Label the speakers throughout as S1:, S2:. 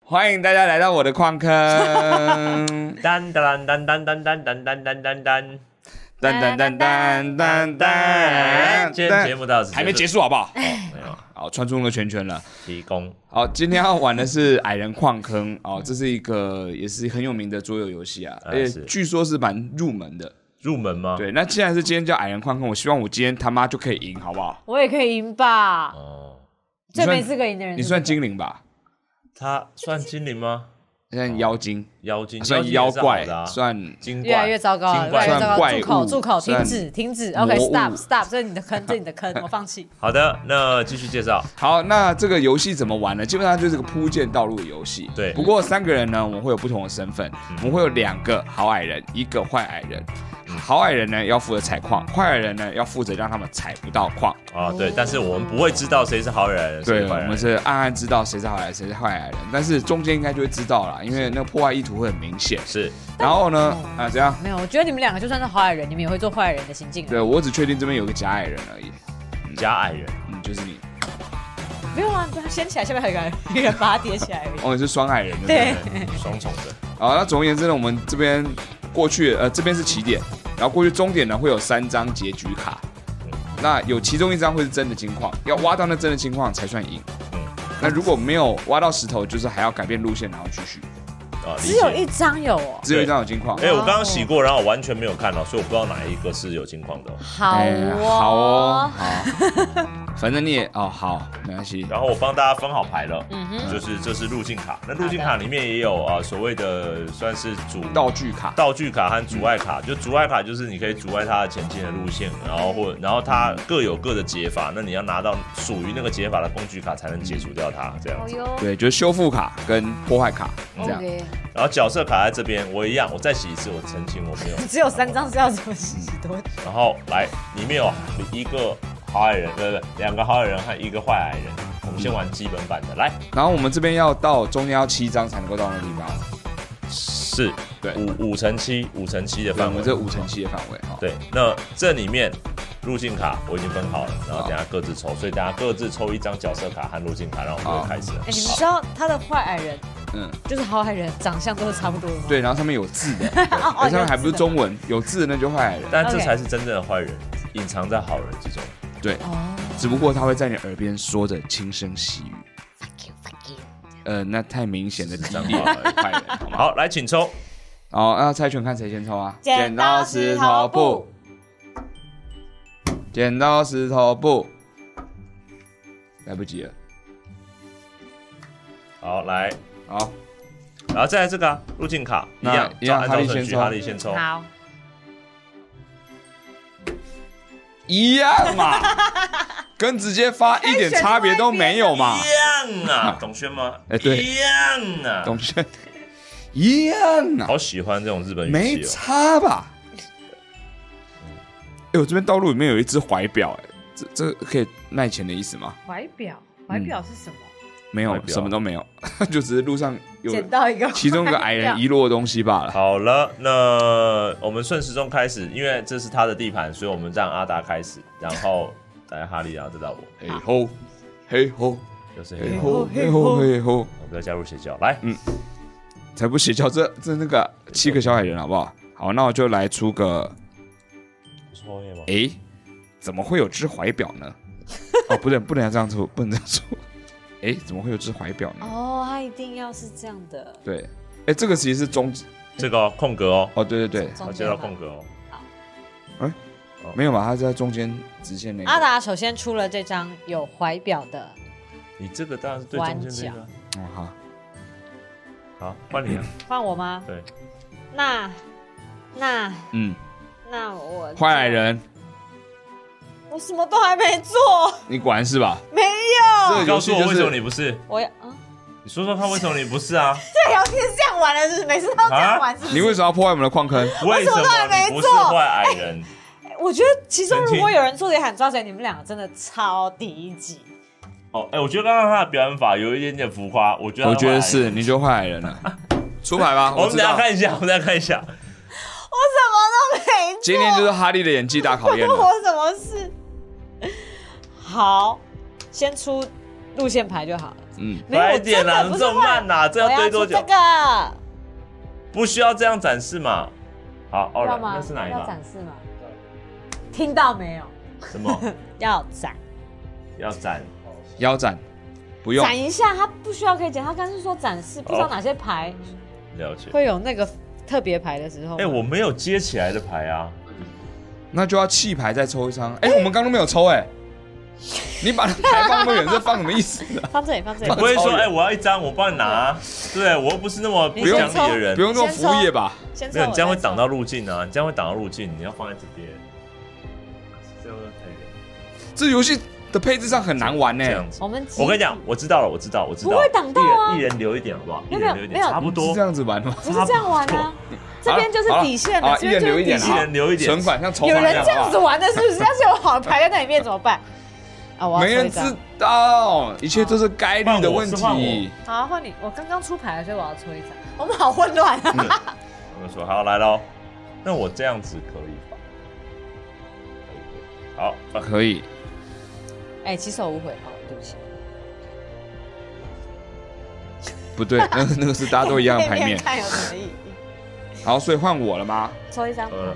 S1: 欢迎大家来到我的矿 坑，
S2: 当当当当当当当当当当当
S1: 噔噔噔噔噔
S2: 当！今天节
S1: 噔，
S2: 目到此
S1: 还没结
S2: 束，
S1: 束好不好？
S2: 没有
S1: 好，穿出那个圈圈了。
S2: 提供
S1: 好，今天要玩的是矮人矿坑哦，这是一个也是很有名的桌游游戏啊，
S2: 啊
S1: 而且
S2: 是
S1: 据说是蛮入门的。
S2: 入门吗？，
S1: 对，那既然是今天叫矮人矿坑，我希望我今天他妈就可以赢，好不好？
S3: 我也可以赢吧？
S2: 哦，
S1: 你
S3: 最
S1: 算
S3: 没资格赢的
S2: 嗯
S3: 人
S1: 你
S3: 是不是，
S1: 算精灵吧，
S2: 他算精灵吗？
S1: 你算妖精，
S2: 妖精
S1: 算妖
S2: 妖精也是好
S1: 怪
S2: 的啊，
S1: 算
S2: 精怪，
S3: 越来越糟糕了，
S2: 精
S3: 越来
S2: 怪
S3: 越糟糕。
S1: 怪
S3: 住口，
S1: 物
S3: 住口，停
S1: 算
S3: 止，停止。
S1: 魔物
S3: OK，stop，stop，、这是你的坑，这是你的 坑，我放弃。
S2: 好的，那继续介绍。
S1: 好，那这个游戏怎么玩呢？基本上就是个铺建道路的游戏。
S2: 对嗯
S1: 不过三个人呢，我们会有不同的身份，我们会有两个好矮人，一个坏矮人。
S2: 嗯
S1: 好矮人呢要负责采矿，坏矮人呢要负责让他们采不到矿。
S2: 啊，对，但是我们不会知道谁是好人，
S1: 对，
S2: 谁是
S1: 我
S2: 坏人
S1: 们。是暗暗知道谁是好矮人，谁是坏矮人，但是中间应该就会知道啦，因为那个破坏意图会很明显。
S2: 是
S1: 然后呢，啊怎样？
S3: 没有，我觉得你们两个就算是好矮人，你们也会做坏人的行径啊。
S1: 对我只确定这边有个假矮人而已，
S2: 假矮人，
S1: 嗯，就是你，
S3: 没有啊，他掀起来，下面还有一个矮人，一个人把它叠起来而已。
S1: 哦，你是双矮人不
S3: 对
S2: 嗯双重的。
S1: 好，那总而言之呢，我们这边过去，呃，这边是起点，然后过去终点呢会有三张结局卡，那有其中一张会是真的金矿，要挖到那真的金矿才算赢。
S2: 嗯
S1: 那如果没有挖到石头，就是还要改变路线，然后继续。
S2: 啊，理
S3: 只有
S2: 解。
S3: 一张有哦。
S1: 只有一张有金矿。
S2: 哎、我刚刚洗过，然后我完全没有看到，哦所以我不知道哪一个是有金矿的哦、
S3: 好哦，
S1: 哎好哦，好，反正你也哦好，没关系。
S2: 然后我帮大家分好牌了，
S3: 嗯哼，
S2: 就是这是路径卡，那路径卡里面也有啊、所谓的算是主
S1: 道具卡，
S2: 道具卡和阻碍卡，就阻碍卡就是你可以阻碍它的前进的路线，然后或然后它各有各的解法，那你要拿到属于那个解法的工具卡才能解除掉它，这样
S3: 好
S2: 子。
S3: 嗯哦哟，
S1: 对，就是修复卡跟破坏卡这样。
S3: OK。
S2: 然后角色卡在这边，我一样，我再洗一次，我澄清我没有
S3: 只有三张是要怎么洗多哎久？
S2: 然后来，里面有一个好矮人，对不对？两个好矮人和一个坏矮人。我们先玩基本版的，来，
S1: 然后我们这边要到中间要七张才能够到那个地方，
S2: 是
S1: 对
S2: 五五乘七，五乘七
S1: 对，
S2: 的
S1: 我
S2: 范
S1: 们
S2: 围。
S1: 这五乘七的范围哈。
S2: 对，那这里面路径卡我已经分好了，然后等下各自抽，所以大家各自抽一张角色卡和路径卡，然后我们
S1: 好
S2: 就开始了
S3: 哎，。你们知道他的坏矮人
S1: 嗯，
S3: 就是好矮人，长相都是差不多的吗？
S1: 对，然后上面有字的，
S3: 哦，
S1: 而
S3: 哦
S1: 上面还不是
S3: 有字的
S1: 中文，有字的那就坏人。
S2: 但这
S3: OK
S2: 才是真正的坏人，隐藏在好人之中。
S1: 对，
S3: 哦
S1: 只不过他会在你耳边说着轻声细语。
S3: ，fuck you，fuck you。
S1: 呃，那太明显的敌
S2: 脏
S1: 意
S2: 话
S1: 了，坏人，好吗？
S2: 好，来，请抽。
S1: 好，那猜拳看谁先抽啊？
S3: 剪刀石头布，
S1: 剪刀石头布，来不及了。
S2: 好，来，
S1: 好，
S2: 然后再来这个、啊、路径卡，一
S1: 那
S2: 样，
S1: 一
S2: 照
S1: 样
S2: 按
S1: 哈
S2: 照
S1: 利
S2: 顺
S1: 先
S2: 序，
S1: 抽
S2: 哈利先抽。
S3: 好，
S1: 一样 嘛，跟直接发一点差别都没有嘛。
S2: 一样啊，董轩吗？
S1: 哎对
S2: 一样啊。
S1: 懂轩，一样啊，
S2: 好喜欢这种日本
S1: 没
S2: 语气哦
S1: 差吧？哎、我这边道路里面有一只怀表、哎，这这可以卖钱的意思吗？
S3: 怀表，怀
S1: 嗯
S3: 表是什么？
S1: 没
S2: 怀
S1: 有，
S2: 表
S1: 什么都没有， 就只是路上有
S3: 捡到一个，
S1: 其中一个矮人遗落的东西罢
S2: 哦。
S1: 了。
S2: 好了，那我们顺时钟开始，因为这是他的地盘，所以我们让阿达开始，然后来哈利，然后再到我，
S1: 嘿吼，嘿吼，
S2: 又是黑
S1: 嘿
S2: 人
S1: 吼，嘿
S3: 嘿吼
S1: 吼，嘿吼，
S2: 我们要加入邪教，来，
S1: 嗯才不邪教，这这那个七个小矮人好不好？好，那我就来出个，
S2: 抽烟吗？
S1: 诶，怎么会有只怀表呢？ 哦，不对，不能这样出，不能这样出。诶，怎么会有只怀表呢？
S3: 哦，他一定要是这样的，
S1: 对，诶，这个其实是中指
S2: 这个哦空格哦，
S1: 哦，对对对，
S2: 好，
S3: 中
S2: 接
S3: 间
S2: 到
S3: 吧
S2: 空格哦，
S1: 没有吧？它是在中间直线那个。
S3: 阿达首先出了这张有怀表的，
S2: 你这个当然是对中间这个啊，
S1: 嗯，好，
S2: 好，换你啊，
S3: 换我吗？
S2: 对，
S3: 那那
S1: 嗯，
S3: 那我
S1: 坏矮，人，
S3: 我什么都还没做，
S1: 你果然是吧？
S3: 没
S1: 这
S3: 有，
S1: 个游
S2: 告
S1: 戏
S2: 诉我
S1: 就
S2: 为什么
S1: 是
S2: 你不是，
S3: 我要啊，
S2: 你说说看为什么你不是啊？
S3: 这聊天是这样玩的，是不是？每次都这样玩，是不是？
S1: 你为什么要破 坏我们的矿坑？
S2: 为什
S3: 我什么都还
S2: 么你
S3: 没
S2: 不
S3: 做
S2: 是坏矮人？
S3: 我觉得其中
S2: 澄清
S3: 如果有人做的喊抓贼，你们两个真的超低级。
S2: 哦，哎，我觉得刚刚他的表演法有一点点浮夸，我觉得
S1: 我
S2: 他坏
S1: 觉
S2: 矮
S1: 得
S2: 人
S1: 是，你就坏矮人了。出牌吧，
S2: 哎 我们
S1: 知
S2: 等一下
S1: 道。
S2: 看一下，我们等一下看一下。
S3: 我什么都没做，
S1: 今天就是哈利的演技大考验
S3: 关
S1: 了。
S3: 我什么事？好，先出路线牌就好了。
S1: 嗯，
S3: 没有
S2: 快点啦，
S3: 真的
S2: 你
S3: 不是
S2: 这么慢啦，这
S3: 我
S2: 要
S3: 要
S2: 堆
S3: 出
S2: 多久
S3: 这？个，
S2: 不需要这样展示嘛。好，哦，
S3: 知道吗？
S2: 那是哪一
S3: 要
S2: 个？
S3: 展示吗？听到没有？
S2: 什么？
S3: 要展
S2: 要展？
S1: 腰斩，不用，
S3: 展一下，他不需要可以讲，他刚是说展示，不知道哪些牌
S2: 了解。
S3: 会有那个特别牌的时候。
S2: 哦哎、我没有接起来的牌 啊，
S1: 那就要弃牌再抽一张。哎，我们刚刚都没有抽哎，你把牌放那么远，这放什么意思啊？
S3: 放这里，放这
S2: 你不会
S3: 里。
S2: 说
S1: 超远
S2: 哎、我要一张，我帮你拿、啊，对我又不是那么不
S3: 你先
S2: 讲理的人
S1: 不，用那么服务业吧？
S3: 先
S2: 没有，你这样会挡到路径啊，你这样会挡到路径，你要放在这 边，这样会太远，
S1: 这游戏的配置上很难玩呢哎
S2: 这。样子。
S3: 我们集
S2: 我跟你讲，我知道了，我知道，我知道，
S3: 不会挡到啊
S2: 一人一人留一点好不好？一
S3: 没有
S2: 人留一
S3: 没
S2: 点，
S3: 有
S2: 差不
S1: 是
S2: 多
S1: 这，样子玩吗？
S3: 不是这样玩啊，这边就是底线
S1: 好
S3: 了，
S1: 了
S3: 这边就
S1: 好了
S3: 是底
S2: 一
S1: 好
S3: 线。
S2: 人留一点，
S1: 啊
S2: 啊
S1: 存款像筹
S3: 有
S1: 码一
S3: 人
S1: 样啊
S3: 这样子
S1: 好
S3: 玩的，是不是？要是有好牌在那里面怎 么办？啊，
S1: 不
S3: 我
S1: 好
S3: 要啊
S1: 没
S3: 抽一
S1: 人
S3: 张
S1: 知。道，一切都是概率的问
S2: 换我是换我
S1: 题。
S3: 好，啊换你。我刚刚出牌了，所以我要抽一张。我们好混乱
S1: 嗯
S3: 啊！
S2: 我们说好来喽，那我这样子可以吧？好，啊
S1: 可以，
S3: 哎、起手无悔哦，对不起。
S1: 不对，那个那个是大家都一样的牌 面。
S3: 看有什么意义？
S1: 好，所以换我了吗？
S3: 抽一张。
S2: 呃，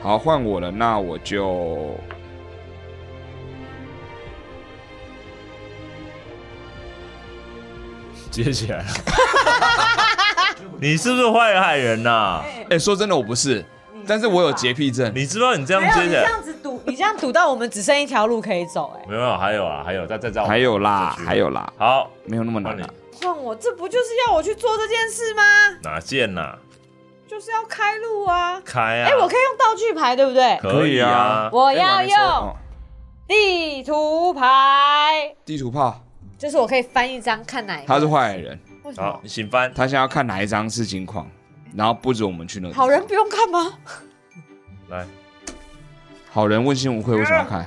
S1: 好，换我了，那我就
S2: 接起来了。你是不是坏害人呐、
S3: 哎
S1: 哎、说真的，我不是，
S3: 嗯
S1: 但是我有洁癖症。
S2: 你知不知道你这样
S3: 没有，
S2: 接
S3: 你
S2: 起
S3: 这
S2: 来？
S3: 样子赌，你这样赌到我们只剩一条路可以走、哎，
S2: 没有，还有啊，还有，再再再，
S1: 还有啦，还有啦，
S2: 好，
S1: 没有那么难
S2: 换
S1: 啦。
S3: 换我，这不就是要我去做这件事吗？
S2: 哪件呐、
S3: 就是要开路啊！
S2: 开啊！
S3: 哎、我可以用道具牌，对不对？
S2: 可以啊，
S3: 我
S1: 哎
S3: 要
S1: 还没抽
S3: 用
S1: 哦
S3: 地图牌，
S1: 地图炮，
S3: 就是我可以翻一张看哪一个。
S1: 他是坏人，
S3: 为什
S2: 好
S3: 么，？
S2: 你请翻。
S1: 他现在要看哪一张是金矿，然后不准我们去那个地方。
S3: 好人不用看吗？
S2: 来，
S1: 好人问心无愧，为什么要 看？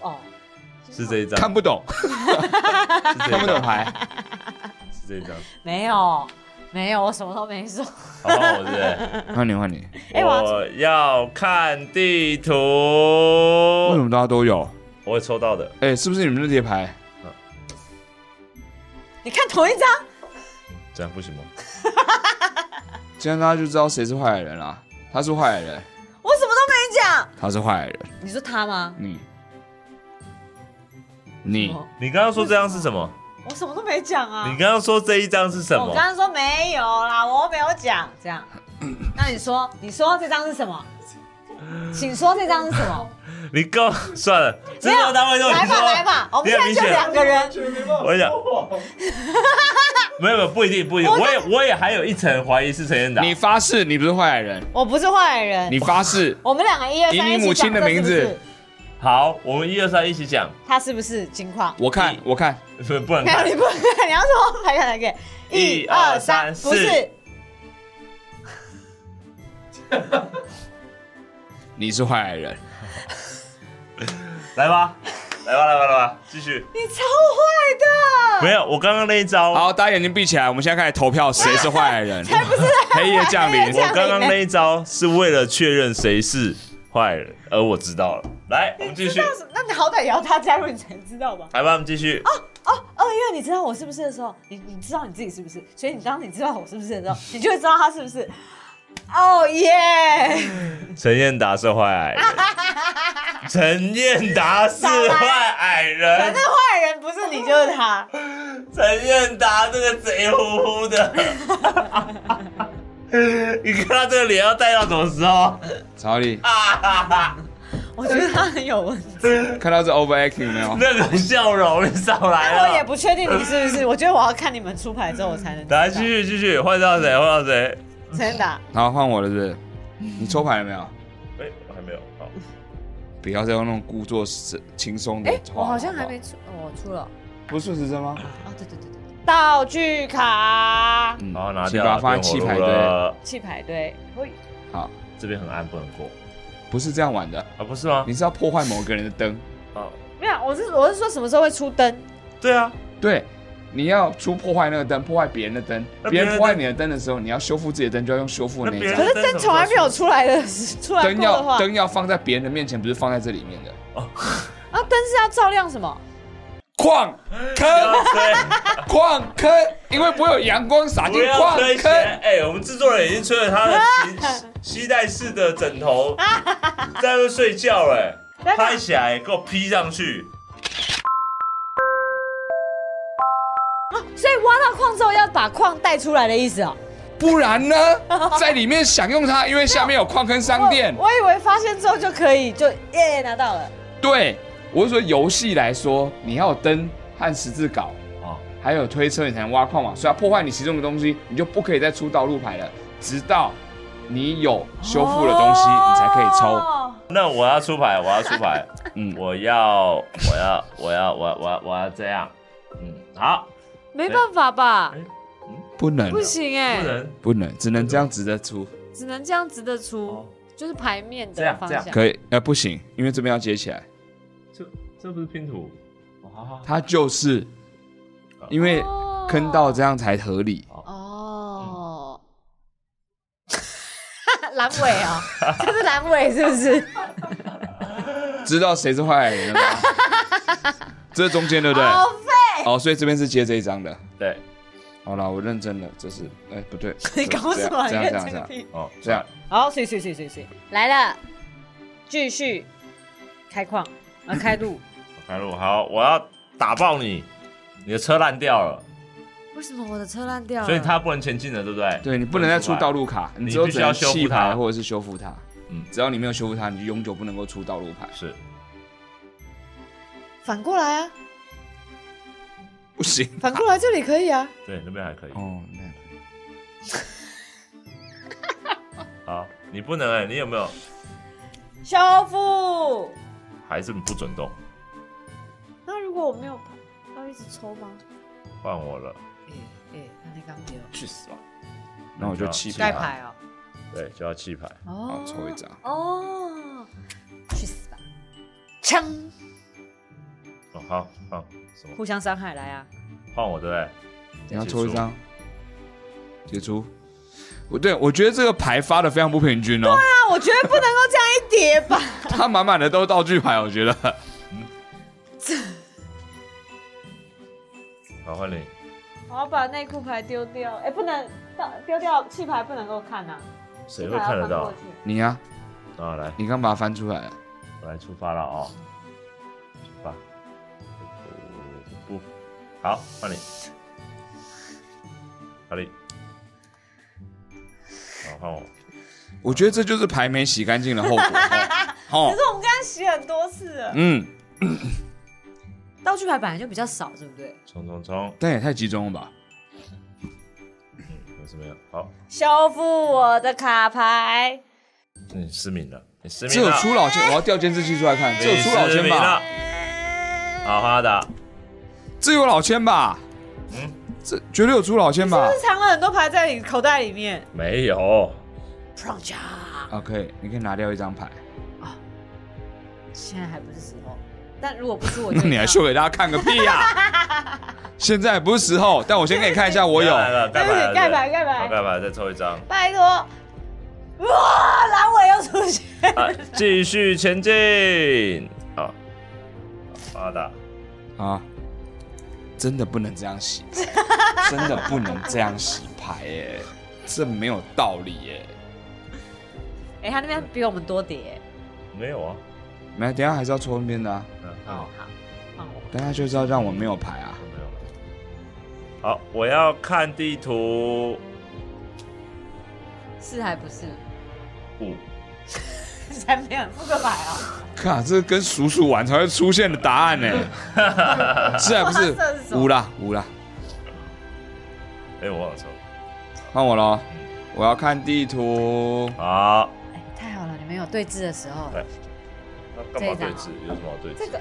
S3: 哦，
S2: 是这一张，
S1: 看不懂，
S2: 是这
S1: 看
S2: 一
S1: 不懂
S2: 张，
S1: 牌。
S2: 是这一张。
S3: 没有，没有，我什么都没说。
S2: 好，我是
S1: 换你，换你，
S3: 哎我要
S2: 我要看地图，
S3: 哦
S1: 为什么大家都有？
S2: 我会抽到的。
S1: 哎、是不是你们那叠牌？
S3: 你看同一张，
S2: 这样不行吗？
S1: 这样大家就知道谁是坏人啦。他是坏人，
S3: 我什么都没讲。
S1: 他是坏人，
S3: 你说他吗？
S1: 你，你，
S3: 哦
S2: 你刚刚说这样是什么？
S3: 我什么都没讲啊。
S2: 你刚刚说这一张是什
S3: 我
S2: 么
S3: 刚？刚说没有啦，我没有讲这样。那你说，你说这张是什么？请说这张是什么？
S2: 你够算了，这
S3: 没有
S2: 道单位都已经
S3: 来吧
S2: 说
S3: 来吧，我们
S2: 你很
S3: 现
S2: 明
S3: 在就
S2: 显
S3: 两个人，
S2: 我跟你讲，没有没有不一定不一定，我也我也还有一层怀疑是陈彦达。
S1: 你发誓你不是坏人，
S3: 我不是坏人
S1: 你。发誓。
S3: 我们两个一二
S1: 以
S3: 三
S1: 你
S3: 一起
S1: 母亲
S3: 讲
S1: 的
S3: 这是
S1: 名
S3: 不是
S1: 字，
S2: 好，我们一二三一起讲，
S3: 他是不是金矿？
S1: 我看
S2: 你，
S1: 我看，
S2: 不不能
S3: 没有，
S2: 看
S3: 你不你要说牌下来给
S2: 一
S3: 一二
S2: 二
S3: 三，
S2: 三四
S3: 不是
S1: 你是坏人。
S2: 来吧，来吧来吧来吧，继续。
S3: 你超坏的，
S2: 没有，我刚刚那一招，
S1: 好，大家眼睛闭起来，我们现在开始投票，谁是坏 人？才不是黑夜降
S3: 黑夜
S1: 临
S3: 降。
S2: 我刚刚那一招是为了确认谁是坏人，而我知道了。来，我们继
S3: 知
S2: 续
S3: 道，什么？那你好歹也要他加入你才知道吧？
S2: 来吧，我们继续。
S3: 哦哦，因为你知道我是不是的时候，你你知道你自己是不是，所以你当你知道我是不是的时候，你就会知道他是不是。哦耶！
S2: 陈彦达是坏矮人，陈彦达是坏矮
S3: 反
S2: 人
S3: 正，坏人不是你就是他，
S2: 陈彦达这个贼乎乎的， 你看他这个脸要带到什么 时候？
S1: 曹丽，
S3: 我觉得他很有问题。
S1: 看到这 overacting 没 有？
S2: 那个笑容就上
S3: 但我
S2: 来啊
S3: 也
S2: 了。
S3: 不确定你是不是，我觉得我要看你们出牌之后我才能知道。
S2: 来，继续继续，换到谁？换到谁？
S3: 真的啊，
S1: 好，换我了，是不是？你抽牌了没有？
S2: 哎、还没有。好，
S1: 不要再用那种故作是轻松的
S3: 哎，
S1: 话
S3: 我好像
S1: 不
S3: 还没出，哦我出了。
S1: 不是顺时针吗？
S3: 哦，对对对对对，道具卡、
S1: 嗯
S2: 然后拿
S1: 请
S2: 掉
S1: 把它
S2: 了，
S1: 放在
S2: 不
S1: 弃
S2: 用
S1: 牌
S2: 我录
S1: 对。
S2: 了。
S3: 弃牌堆，会
S1: 好，
S2: 这边很暗，不能过
S1: 啊不是这样玩的，
S2: 啊？不是吗
S1: 你？是要破坏某个人的灯。
S2: 啊，
S3: 没有？我是我是说什么时候会出灯？
S2: 对 啊，
S1: 对，你要出破坏那个灯，破坏别人的灯。
S2: 那
S1: 别
S2: 别人的
S1: 人破坏你的灯的时候，你要修复自己的灯，就要用修复的那一
S2: 那
S1: 张
S3: 可
S2: 别。
S3: 是灯从来没有出来的，出来
S1: 灯
S3: 过的
S1: 要
S3: 话
S1: 灯要放在别人的面前，不是放在这里面的。
S2: 啊
S3: 那灯是要照亮什么？
S1: 矿坑，
S2: 不要吹，
S1: 矿坑，因为不会有阳光洒
S2: 不
S1: 进
S2: 要
S1: 矿
S2: 吹
S1: 坑
S2: 鞋。。哎，我们制作人已经吹了他的 吸吸带式的枕头，在那边睡觉哎，
S3: 那
S2: 拍起来给我披上去。
S3: 所以挖到矿之后要把矿带出来的意思哦。
S1: 不然 呢，在里面享用它，因为下面有矿坑商店
S3: 我。我以为发现之后就可以就耶拿到了。
S1: 对，我是说游戏来说，你要有灯和十字镐，
S2: 哦，
S1: 还有推车，你才能挖矿嘛。所以要破坏你其中的东西，你就不可以再出道路牌了，直到你有修复的东西，
S3: 哦
S1: 你才可以抽。
S2: 那我要出牌，我要出 牌，
S1: 嗯
S2: 我要，我要，我要，我要我要我要这样，嗯，好，
S3: 没办法吧？
S2: 哎
S1: 不能，
S3: 不行哎、
S2: 不能
S1: 不能，只能这样直着出。
S3: 只能这样直的出，
S2: 哦
S3: 就是牌面
S2: 这
S3: 的
S2: 样
S3: 方
S2: 这
S3: 向
S2: 样。
S1: 可以，呃，不行，因为这边要接起来，
S2: 这这不是拼图，哦好好好
S1: 它就是因为
S3: 哦
S1: 坑道这样才合理。
S3: 哦， 阑尾哦，这是阑尾是不是？
S1: 知道谁是坏人了吗？ 这中间对不对？
S3: 好废！，
S1: 哦，所以这边是接这一张的。
S2: 对，
S1: 好了，我认真了，这是哎不对
S3: 你搞什么？
S1: 这样这
S3: 你
S1: 样
S3: 认真
S1: 这
S3: 个
S1: 样
S3: 屁！
S2: 哦，
S1: 这样，
S3: 好，水水水水水，来了，继续开矿 啊，开路。
S2: 开路，好，我要打爆你，你的车烂掉了，
S3: 为什么我的车烂掉了？
S2: 所以它不能前进了，对不对？
S1: 嗯对你不能再出道
S2: 路，
S1: 路卡，
S2: 你
S1: 你只有
S2: 必须
S1: 只
S2: 要
S1: 能
S2: 修复
S1: 弃
S2: 它
S1: 牌或者是修复它。
S2: 嗯
S1: 嗯，只要你没有修复它，你就永久不能够出道路牌。
S2: 是
S3: 反过来啊，
S1: 不行。
S3: 反过来这里可以啊。
S2: 对，那边还可以，
S1: 哦，那样可以
S2: 好，你不能哎，你有没有？
S3: 修复。
S2: 还是不准动，
S3: 那如果我没有，要一直抽吗？
S2: 换我了，
S3: 哎哎，那你刚丢
S1: 去死吧！那我就弃
S2: 盖
S1: 牌。
S3: 盖牌哦。
S2: 对，就要弃牌，
S3: 哦
S1: 好，抽一张。
S3: 哦，去死吧！枪，
S2: 哦，好，好，什么？
S3: 互相伤害来啊！
S2: 换我对不对？
S1: 你要抽一张，解除。不对，我觉得这个牌发的非常不平均哦，
S3: 那啊我觉得不能够这样一叠吧？
S1: 它满满的都是道具牌，我觉得。
S2: 好，换你，
S3: 我要把内裤牌丢掉，哎、不能丢掉气牌不能够看啊，
S2: 谁会看得到？
S1: 你呀、
S2: 啊，来，
S1: 你刚把它翻出来了，
S2: 我来出发了啊、出发，不，好，换你，好你，好换我，
S1: 我觉得这就是牌没洗干净的后果。哦，
S3: 可
S1: 哦
S3: 是我们刚刚洗很多次了，
S1: 嗯，
S3: 道具牌本来就比较少，对不对？
S2: 冲冲冲，
S1: 但也太集中了吧？
S2: 有什么样？好，
S3: 修复我的卡牌，
S2: 你失明了，你失
S1: 这
S2: 明
S1: 有
S2: 了，
S1: 出老千，我要调监视器出来看，这有出老
S2: 你失
S1: 千
S2: 明
S1: 吧？
S2: 了，好，换他打，
S1: 这有老千吧？
S2: 嗯
S1: 这绝对有出老千吧
S3: 是藏了很多牌在你口袋里面。
S2: 没有，
S3: 撞墙，
S1: 啊，可以，你可以拿掉一张牌，
S3: 现在还不是时候，但如果不是我就
S1: 那 你还秀给大家看个屁呀、 现在不是时候，但我先给你看一下，我有
S2: 来了，盖牌，
S3: 盖牌盖牌
S2: 好盖牌，再抽一张，
S3: 拜托，哇，阑尾又出现。
S2: 啊，继续前进，好，好换他打。
S1: 啊，真的不能这样 洗，真的不能这样洗牌耶、这没有道理耶、
S3: 哎、他那边比我们多叠。
S2: 没有啊，
S1: 没，等一下还是要抽那边的啊，
S2: 嗯，
S3: 哦，好，换我。
S1: 等一下就是要让我没有牌啊
S2: 都。没有了。好，我要看地图
S3: 是还不是？
S2: 五，
S3: 才没有扑克牌哦。
S1: 看，这跟数数完才会出现的答案呢、 是啊还不是
S3: 哇这是？什么
S1: 五啦，五啦，
S2: 哎，我好抽。
S1: 换我喽。我要看地图，
S2: 好，
S3: 哎，太好了，你们有对峙的时候
S2: 对那干嘛对峙？有什么好对峙？
S3: 这个，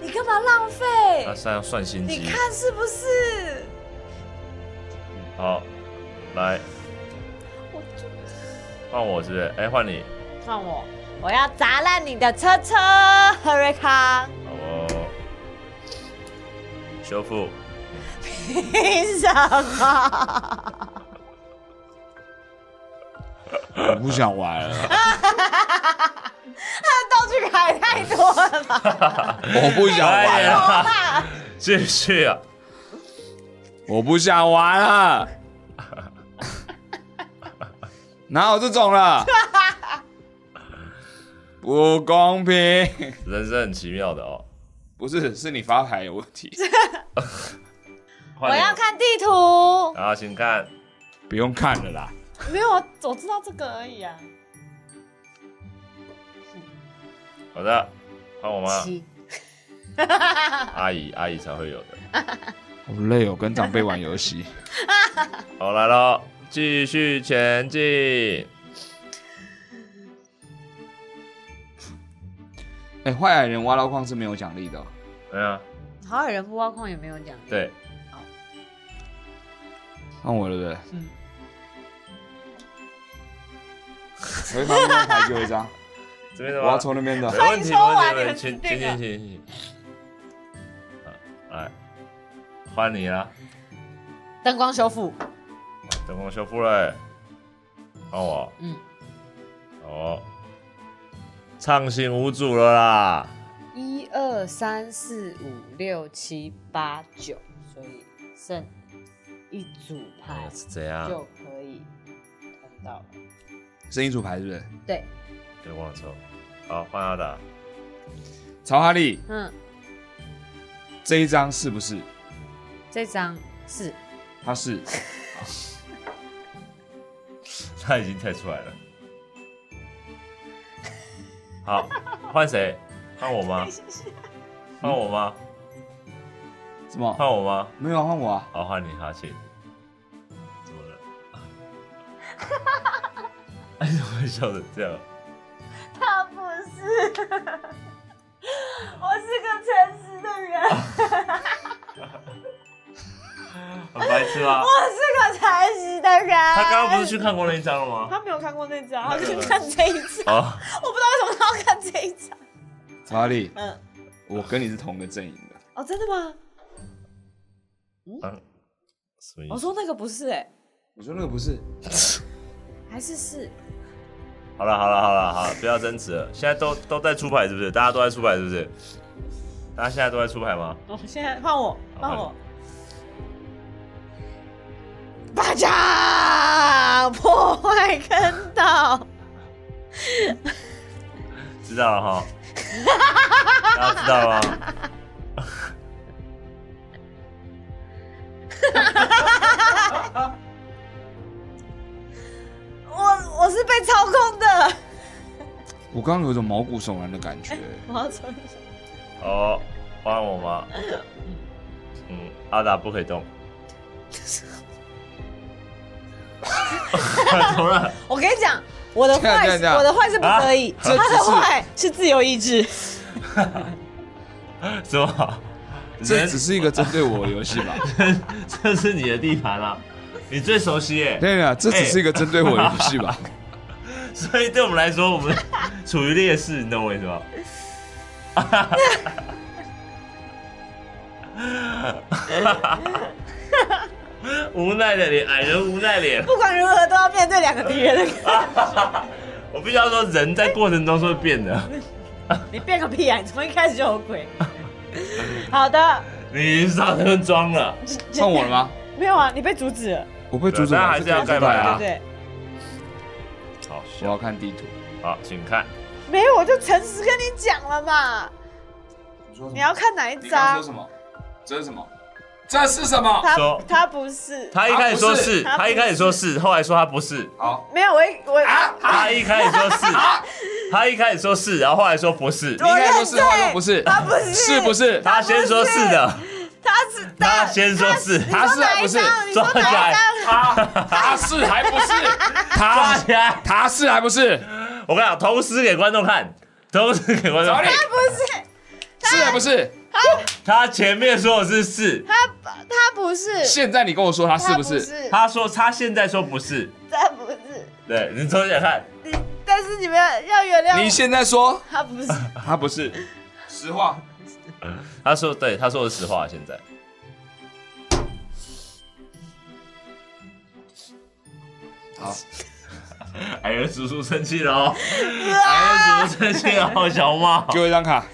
S3: 你干嘛浪费？
S2: 那算要算心
S3: 你
S2: 机。
S3: 看是不是？
S2: 好，来
S3: 我就
S2: 换我是不是？哎，换你。
S3: 看我，我要砸烂你的车车，Hurricane！
S2: 好哦。修复。
S3: 凭 什么？
S1: 我不想玩了。
S3: 道具卡也太多了吧？
S1: 我不想玩了，
S3: 好
S2: 哎
S3: 吧，
S2: 谢谢啊。
S1: 我不想玩 了，哪有这种了？不公平，
S2: 人生很奇妙的哦。
S1: 不是，是你发牌有问题，
S2: 我
S3: 我要看地图。
S2: 然后请看，
S1: 不用看了啦。
S3: 没有，啊，我知道这个而已啊。
S2: 好的，看我妈
S3: 七，
S2: 阿姨，阿姨才会有的。
S1: 好累哦，跟长辈玩游戏。
S2: 好来喽，继续前进。
S1: 哎、坏矮人挖到矿是没有奖励的哦、
S2: 哎呀，
S3: 好有人不挖矿也没有讲。
S2: 对，
S1: 看我对不对？
S3: 嗯
S1: 我会把那张牌给我一张，
S2: 这边
S1: 我
S2: 的
S1: 要
S2: 吗？
S1: 抽那边
S2: 没
S1: 的。
S2: 问题，
S3: 欢迎收
S2: 没
S3: 玩
S2: 问题，没问题，
S3: 你们
S2: 啊请
S3: 指
S2: 请
S3: 定
S2: 请
S3: 的
S2: 请请。好来，换你啊啦，
S3: 灯光修复，
S2: 灯光修复了，换我，
S3: 嗯，
S2: 哦，畅行无阻了啦。
S3: 一二三四五六七八九，所以剩一组牌
S2: 哎是怎样？
S3: 就可以看到了。
S1: 声音组牌是不是？
S3: 对，
S2: 别忘了抽。好，换阿达。
S1: 曹哈利
S3: 嗯，
S1: 这一张是不是？
S3: 这张是
S1: 他 是，
S2: 他已经猜出来了。好，换谁？换我 吗？换我吗？
S1: 什么？
S2: 换我吗？
S1: 没有啊换我啊！
S2: 好，换你，哈请。怎么了？ 哎，怎么会笑成这样？
S3: 他不是，我是个诚实的 人，
S2: 很白痴吗？
S3: 我是个诚实的人。
S2: 他刚刚不是去看过那一张了吗？
S3: 他没有看过那张，他去看这一张。
S2: 啊，
S3: 我不知道为什么他要看这一张。
S1: 曹哈利，
S3: 嗯，
S1: 我跟你是同个阵营的。
S3: 哦，真的吗？
S2: 啊什么意
S3: 我
S2: 思？
S3: 说那个不是、哎，
S1: 我说那个不是，
S3: 还是是
S2: 好了，好了，好了，好了，不要争执了。现在都都在出牌是不是？大家都在出牌是不是？大家现在都在出牌吗？
S3: 哦，现在换我，
S2: 好
S3: 换我
S2: 换。
S3: 巴掌破坏坑道，
S2: 知道了哈，大家知道了吗？
S3: 我我是被操控的。
S1: 我刚刚有一种毛骨悚然的感觉。
S2: 哎
S3: 我要重一下。
S2: 哦，换我吗？嗯，阿达不可 以动。怎么了？
S3: 我跟你讲，我的
S1: 这样
S3: 坏
S1: 这样
S3: 是，
S1: 这样啊
S3: 我的坏是不可以，
S1: 这
S3: 他
S1: 只
S3: 的
S1: 是
S3: 坏是自由意志。
S2: 怎么？
S1: 这
S2: 人
S1: 只是一个针对我的游戏吧？
S2: 这是你的地盘啊，你最熟悉耶。
S1: 对啊，这只是一个针对我的游戏吧？
S2: 哎所以对我们来说，我们处于劣势，你懂我意思 吗？无奈的脸，矮人无奈脸。
S3: 不管如何都要面对两个敌人的。
S2: 我必须要说，人在过程中是会变的。
S3: 你变个屁啊！你从一开始就有 鬼。好的，
S2: 你上身装了，
S1: 换我了吗？
S3: 没有啊，你被阻止了，
S1: 我被阻止了，
S2: 但还是要
S1: 这个
S2: 盖牌
S3: 对
S2: 啊
S3: 不对？
S2: 好
S1: 我要看地图。
S2: 好，请看。
S3: 没有，我就诚实跟你讲了嘛。你要看哪一
S1: 你刚
S3: 张
S1: 说？什么？这是什么？这是什么？
S2: 说
S3: 他他不是，
S2: 他一开始说是，
S3: 他不是
S2: 他一开始说是，后来说他不是。
S1: 好，啊
S3: 没有我一我
S2: 他一开始说 是，他一开始说是，然后后来说不是。
S1: 你
S3: 我
S1: 应该
S3: 认
S1: 说是，话说不是，
S3: 他不是
S1: 是不是？
S2: 他先说是的，
S3: 他是
S2: 他先说是，
S1: 他是还
S3: 哪
S1: 不
S3: 一
S1: 是？
S3: 张？你说
S2: 抓起
S3: 哪
S2: 来
S3: 一张？
S1: 他他是还不是？
S2: 抓
S1: 他
S2: 起来。
S1: 他是还不是？
S2: 我跟你讲，同时给观众看，同时给观众
S1: 找
S2: 看
S1: 你。
S3: 他不是，
S1: 是啊还不是？
S2: 他前面说的是是，
S3: 他他不 是，
S1: 现在你跟我说他是
S3: 他
S1: 不
S3: 不
S1: 是？？
S2: 他说他现在说不是。
S3: 他不是。
S2: 对你抽起来看，
S3: 你，但是你们要要原谅
S1: 你
S3: 我，
S1: 现在说
S3: 他不是，
S1: 他不是，实话。
S2: 他说对，他说的实话。现在
S1: 好，
S2: 矮人哎叔叔生气了哦，矮哎人叔叔生气了哦，小猫，
S1: 给我一张卡，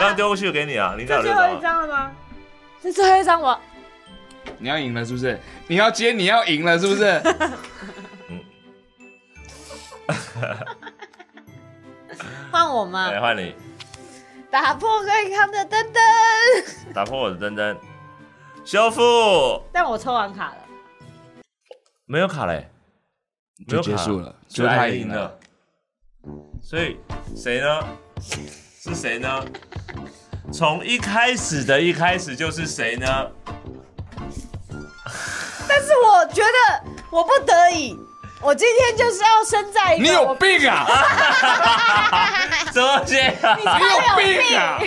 S2: 刚丢过去给你啊，你哪
S3: 这
S2: 有
S3: 最
S2: 留
S3: 后
S2: 到
S3: 一？张了吗？这最后一张我
S1: 你要赢了是不是？你要接，你要赢了是不 是？
S3: 换我吗
S1: 啊
S2: 来？哎换你，
S3: 打破对康的灯灯，
S2: 打破我的灯灯，修复
S3: 但我抽完卡了。
S2: 没有卡嘞，
S1: 就
S2: 没有卡
S1: 结束了，
S2: 所
S1: 就
S2: 以
S1: 他
S2: 他
S1: 赢
S2: 赢
S1: 了。
S2: 了。所以谁呢？是谁呢？从一开始的一开始就是谁 呢？
S3: 但是我觉得我不得已，我今天就是要生在一个
S1: 你有
S3: 我
S1: 病 啊！
S2: 怎么这样？
S1: 你有病啊！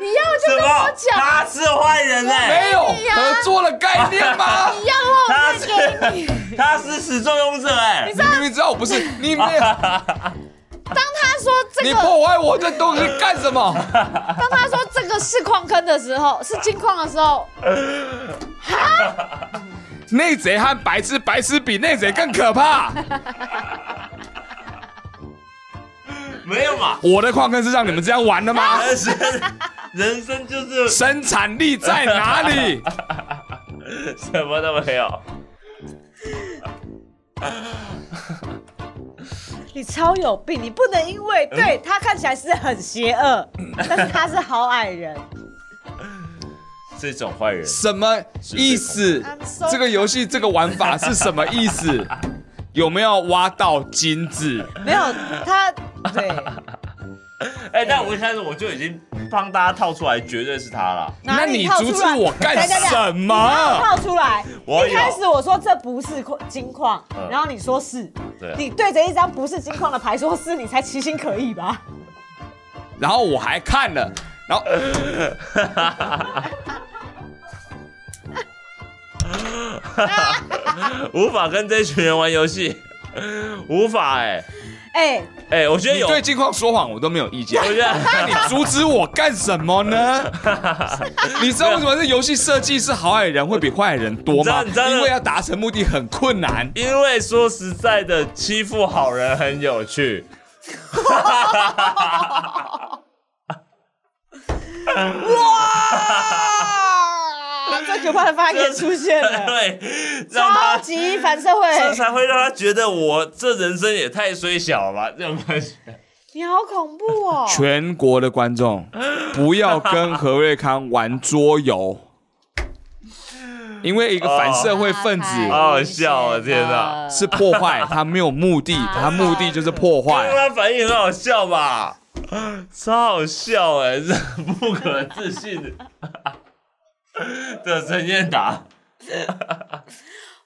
S3: 你要就
S2: 啊什
S3: 跟我
S2: 么？
S3: 讲，
S2: 他是坏人哎、
S1: 没有合作的概念吗？
S3: 你要的话
S2: 他
S3: 我再给你。
S2: 是他是始作俑者哎、
S1: 你明明知道我不是 你，没有
S3: 当他说这
S1: 你
S3: 个，
S1: 破坏我这东西干什么？
S3: 当他说这个是矿坑的时候，是金矿的时候，
S1: 内贼和白痴，白痴比内贼更可怕。
S2: 没有嘛？
S1: 我的矿坑是让你们这样玩的 吗？
S2: 人生人生就是
S1: 生产力在哪里？
S2: 什么都没有。
S3: 你超有病！你不能因为对他看起来是很邪恶，但是他是好矮人。
S2: 这种坏人
S1: 什么意思
S3: I'm so？
S1: 这个游戏这个玩法是什么意 思？有没有挖到金子？
S3: 没有他，对，
S2: 哎、但我一开始我就已经帮大家套出来，绝对是他了。
S1: 那
S3: 哪
S1: 你
S3: 里套出
S1: 阻
S3: 来
S1: 止我干
S3: 等一下等一下
S1: 什
S3: 你哪有
S1: 么？
S3: 套出来，
S2: 我有
S3: 一开始我说这不是矿金矿，
S2: 嗯
S3: 然后你说是，
S2: 对啊
S3: 你对着一张不是金矿的牌说是，你才其心可疑吧？
S1: 然后我还看了，然后
S2: 呃无法跟这群人玩游戏， 无法哎、
S3: 哎、
S2: 哎、我觉得
S1: 你
S2: 有，
S1: 对金矿说谎我都没有意见
S2: 我。觉得
S1: 那你阻止我干什么呢？你知道为什么这游戏设计是好矮人会比坏矮人多吗？
S2: 你知道你知道。
S1: 因为要达成目的很困难
S2: 因为说实在的，欺负好人很 有趣。
S3: 啊，这可怕的发言出现了，
S2: 对，让
S3: 超
S2: 他
S3: 级反社
S1: 欸
S2: 这
S3: 会，
S2: 才会让他觉得我这人生也太虽小了吧，这种感觉。
S3: 你好恐怖哦！
S1: 全国的观众，不要跟何瑞康玩桌游，因为一个反社会分子
S3: 太
S2: 好好笑啊
S3: 危险
S2: 天哪
S3: 了
S1: 是破坏，他没有目 的，他目的就是破
S2: 刚
S1: 坏。啊
S2: 刚他反应很好笑吧？超好笑哎、这不可置信的的陈建达，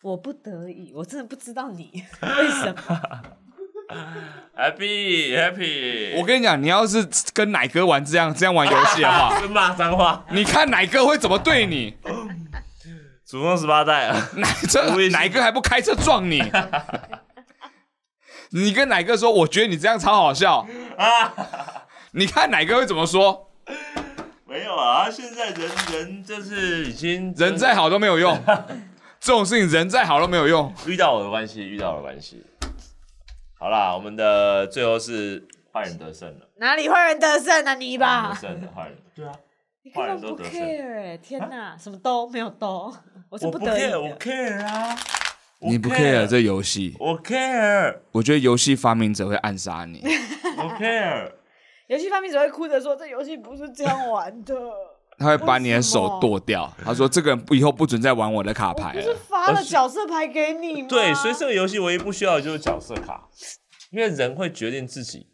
S3: 我不得已，我真的不知道你 为什么。
S2: happy happy，
S1: 我跟你讲，你要是跟奶哥玩这样这样玩游戏的 话，
S2: 是骂脏话，
S1: 你看奶哥会怎么对你？
S2: 祖宗十八 代啊！
S1: 奶车
S2: 我也是
S1: 奶哥还不开车撞 你？你跟奶哥说，我觉得你这样超好笑。你看奶哥会怎么说？
S2: 没有啊，他现在人人就是已经
S1: 人再好都没有用，这种事情人再好都没有用。
S2: 遇到我的关系，遇到我的关系。好啦，我们的最后是坏人得胜了，
S3: 哪里坏人得胜啊？你
S2: 得
S3: 吧，
S2: 胜了，坏人。对啊，
S3: 你根本不
S2: 坏人
S3: care 哎！天哪，什么都没有都，我是
S2: 啊我
S3: 不
S2: 不
S3: 得已
S2: care，我
S3: 的。
S2: care 啊，我
S1: 你不 care 这游戏，
S2: 我 care，
S1: 我觉得游戏发明者会暗杀你。
S2: 我 care，
S3: 游戏发明者会哭着说：“这游戏不是这样玩 的，
S1: 他会把你的
S3: 为什
S1: 手
S3: 么
S1: 剁掉。他说：“这个人以后不准再玩我的卡
S3: 我
S1: 牌
S3: 不是
S1: 了。
S3: 发了角色牌给你吗？”
S2: 对，所以这个游戏唯一不需要的就是角色卡，因为人会决定自己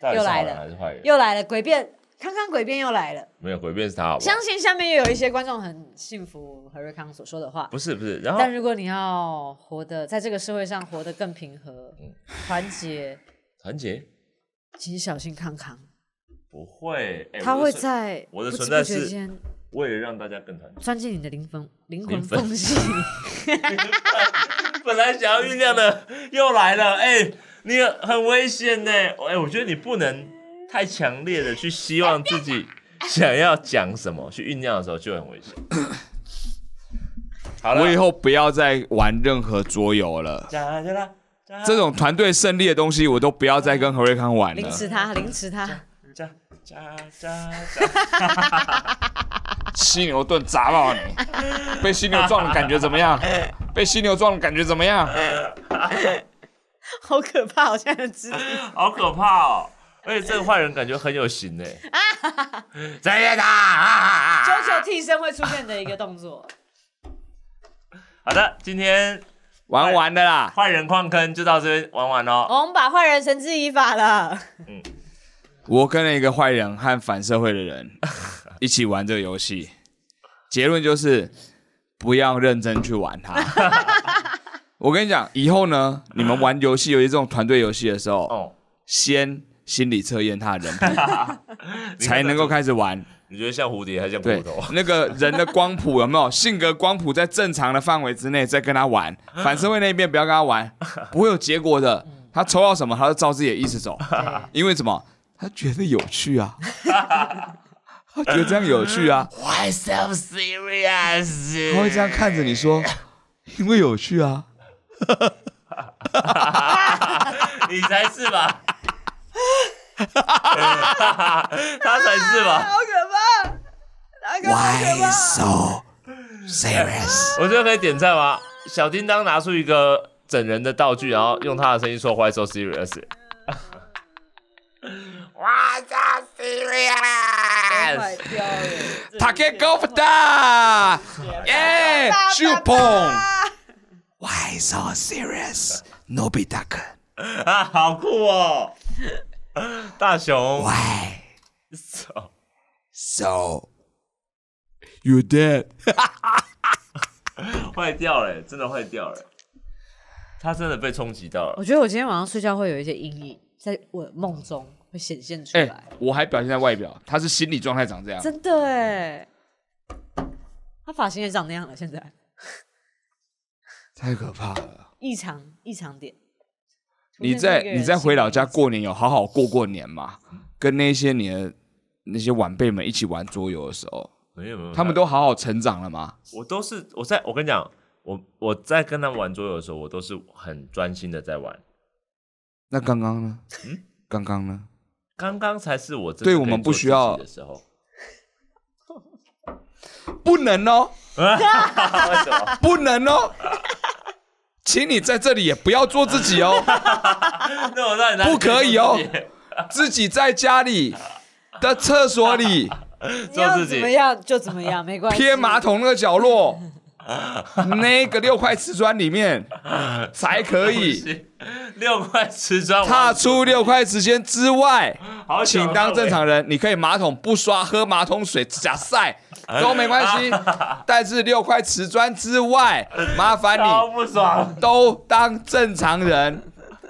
S2: 到底是好
S3: 又来
S2: 人
S3: 了
S2: 还是坏人。
S3: 又来了诡辩，康康诡辩又来了。
S2: 没有诡辩是他好不好？
S3: 相信下面也有一些观众很信服何瑞康所说的话。
S2: 不是不是，然后
S3: 但如果你要活得在这个社会上活得更平和、
S2: 嗯
S3: 团结，
S2: 团结
S3: 请小心康康，
S2: 不会，哎
S3: 他
S2: 我的
S3: 会
S2: 存
S3: 在
S2: 我的
S3: 不知
S2: 存在
S3: 不觉
S2: 是
S3: 间
S2: 为了让大家更团结。
S3: 钻进你的灵魂灵
S2: 灵
S3: 魂
S2: 魂
S3: 缝隙。
S2: 本来想要酝酿的又来了，哎、你很危险呢、哎、我觉得你不能太强烈的去希望自己想要讲什么，去酝酿的时候就很危险。好了，
S1: 我以后不要再玩任何桌游了。
S2: 加加啦加
S1: 这种团队胜利的东西，我都不要再跟何瑞康玩
S3: 凌
S1: 了。
S3: 迟他，凌迟他，
S2: 加加加加，
S1: 犀牛盾砸爆你，被犀牛撞的感觉怎么样？被犀牛撞的感觉怎么样？
S3: 好可怕！我现在知道，
S2: 好可怕哦！而且这个坏人感觉很有型 哎，再见啦！
S3: 九九替身会出现的一个动作。
S2: 好的，今天
S1: 玩完的啦。
S2: 坏人矿坑就到这边玩完喽。
S3: 我们把坏人绳之以法了。
S1: 我跟了一个坏人和反社会的人一起玩这个游戏，结论就是不要认真去玩它。我跟你讲，以后呢，你们玩游戏，尤其这种团队游戏的时候，
S2: 哦，
S1: 先心理测验他的人品，
S2: 你看
S1: 才能够
S2: 这，
S1: 开始玩。
S2: 你觉得像蝴蝶还是像骨
S1: 对
S2: 头？，
S1: 那个人的光谱有没有性格光谱在正常的范围之内，再跟他玩。
S2: 啊
S1: 反社会那边不要跟他 玩，不会有结果
S2: 嗯
S1: 的。他抽到什么，他就照自己的意思走。
S2: 啊
S1: 因为什么？他觉得有趣 啊，他觉得这样有趣啊，
S2: Why so serious？
S1: 他会这样看着你 说，因为有趣啊。
S2: 你才是吧？他才是吧？
S3: 可怕！哪
S1: so serious？
S2: 我觉得可以点赞吗？小叮当拿出一个整人的道具，然后用他的声音说 “Why so serious”。Why so
S3: ，Oh
S2: serious？
S3: 掉了！
S1: 他可以搞不大，耶，秀鹏，Why so serious？No be d u c
S2: 啊， 好酷哦！大熊，
S1: Why so you dead？
S2: 坏掉了，真的坏掉了。他真的被冲击到了
S3: 我，觉得我今天晚上睡觉会有一些阴影，在我梦中会显现出
S1: 哎、
S3: 来。
S1: 我还表现在外表，他是心理状态长这样。
S3: 真的哎，他发型也长那样了，现在
S1: 太可怕了！
S3: 异常异常点。
S1: 你在你在回老家过年有好好过过年吗？跟那些你的那些晚辈们一起玩桌游的时候，
S2: 没有没有，
S1: 他们都好好成长了吗？
S2: 我都是我在我跟你讲，我我在跟他们玩桌游的时候，我都是很专心的在玩。
S1: 那刚刚呢？刚刚呢？
S2: 刚刚才是我真的
S1: 对
S2: 可以
S1: 我们不
S2: 做自
S1: 需要
S2: 己的时候，
S1: 不能哦，
S2: 为什么？
S1: 不能哦，请你在这里也不要做自己哦，
S2: 那我让你拿
S1: 不可以哦
S2: 做自 己
S1: 自己在家里的厕所里
S2: 做
S3: 做
S2: 自
S3: 自己，你要怎么
S2: 己，
S3: 样就怎么样，没 关系。
S1: 贴马桶那个角落，那个六块瓷砖里面才可以。
S2: 是六块瓷砖，
S1: 踏出六块时间之外，
S2: 好久
S1: 请当正常人。你可以马桶不刷，喝马桶水，假晒都没关系。但是六块瓷砖之外，麻烦
S2: 超
S1: 你
S2: 不爽。
S1: 都当正常人，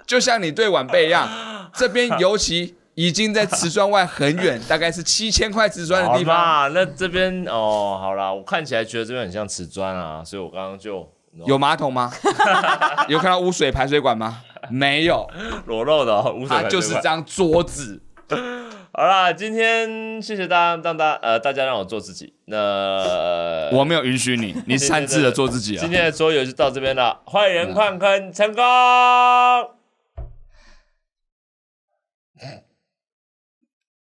S1: 就像你对晚辈一样。这 边尤其已经在瓷砖外很远，大概是七千块瓷砖的
S2: 好
S1: 地方，
S2: 吧，那这边哦，好啦，我看起来觉得这边很像瓷砖啊，所以我刚刚就
S1: 有马桶 吗？有看到污水排水管吗？没有，
S2: 裸露的、哦，无所
S1: 它
S2: 谓。
S1: 啊就是
S2: 对吧
S1: 张桌子。
S2: 好啦，今天谢谢大家，让大呃大家让我做自己。那、呃
S1: 我没有允许你，你擅自的做自己啊
S2: 今！天的桌游就到这边了，坏人矿坑成功。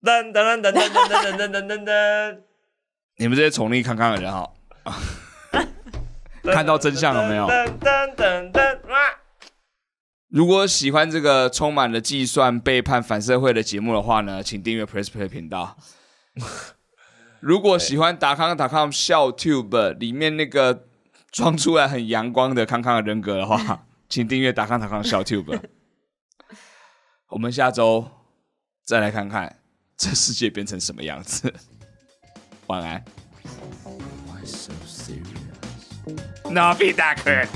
S2: 噔噔噔噔噔噔噔噔噔噔
S1: 你们这些宠溺康康的人哈。
S2: 噔，
S1: 看到真相了没有
S2: 噔噔噔噔，哇！
S1: 如果喜欢这个充满了计算、背叛、反社会的节目的话呢，请订阅 Press Play 频道。如果喜欢达康达康笑 Tube 里面那个装出来很阳光的康康的人格的话，请订阅达康达康笑 Tube。我们下周再来看看这世界变成什么样子。晚安。Why so serious？No be that good.